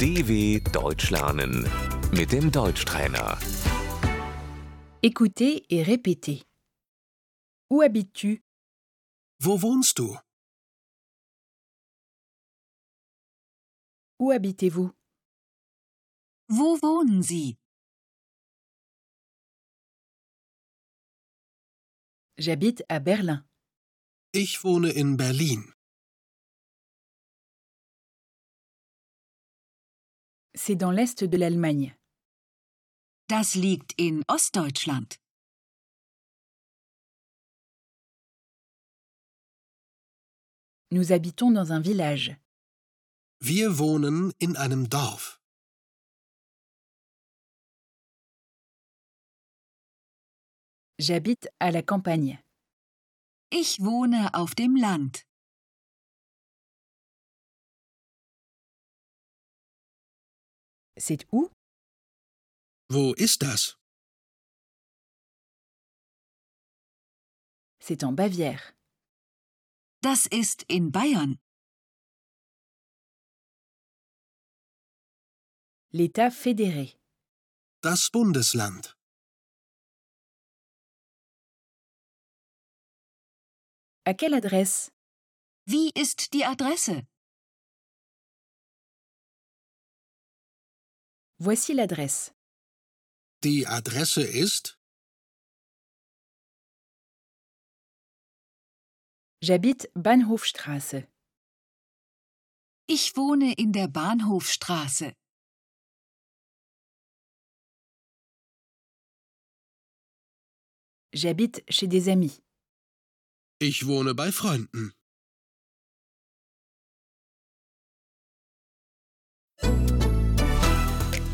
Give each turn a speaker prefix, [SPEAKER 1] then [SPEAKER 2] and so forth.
[SPEAKER 1] DW Deutsch lernen mit dem Deutschtrainer.
[SPEAKER 2] Écoutez et répétez. Où habites-tu
[SPEAKER 3] Wo wohnst du?
[SPEAKER 2] Où habitez-vous
[SPEAKER 4] Wo wohnen Sie?
[SPEAKER 2] J'habite à Berlin.
[SPEAKER 3] Ich wohne in Berlin.
[SPEAKER 2] C'est dans l'est de l'Allemagne.
[SPEAKER 4] Das liegt in Ostdeutschland.
[SPEAKER 2] Nous habitons dans un village.
[SPEAKER 3] Wir wohnen in einem Dorf.
[SPEAKER 2] J'habite à la campagne.
[SPEAKER 4] Ich wohne auf dem Land.
[SPEAKER 2] C'est où
[SPEAKER 3] Wo ist das?
[SPEAKER 2] C'est en Bavière.
[SPEAKER 4] Das ist in Bayern.
[SPEAKER 2] L'État fédéré.
[SPEAKER 3] Das Bundesland.
[SPEAKER 2] À quelle adresse
[SPEAKER 4] Wie ist die Adresse?
[SPEAKER 2] Voici l'adresse.
[SPEAKER 3] Die Adresse ist
[SPEAKER 2] J'habite Bahnhofstraße.
[SPEAKER 4] Ich wohne in der Bahnhofstraße.
[SPEAKER 2] J'habite chez des amis.
[SPEAKER 3] Ich wohne bei Freunden.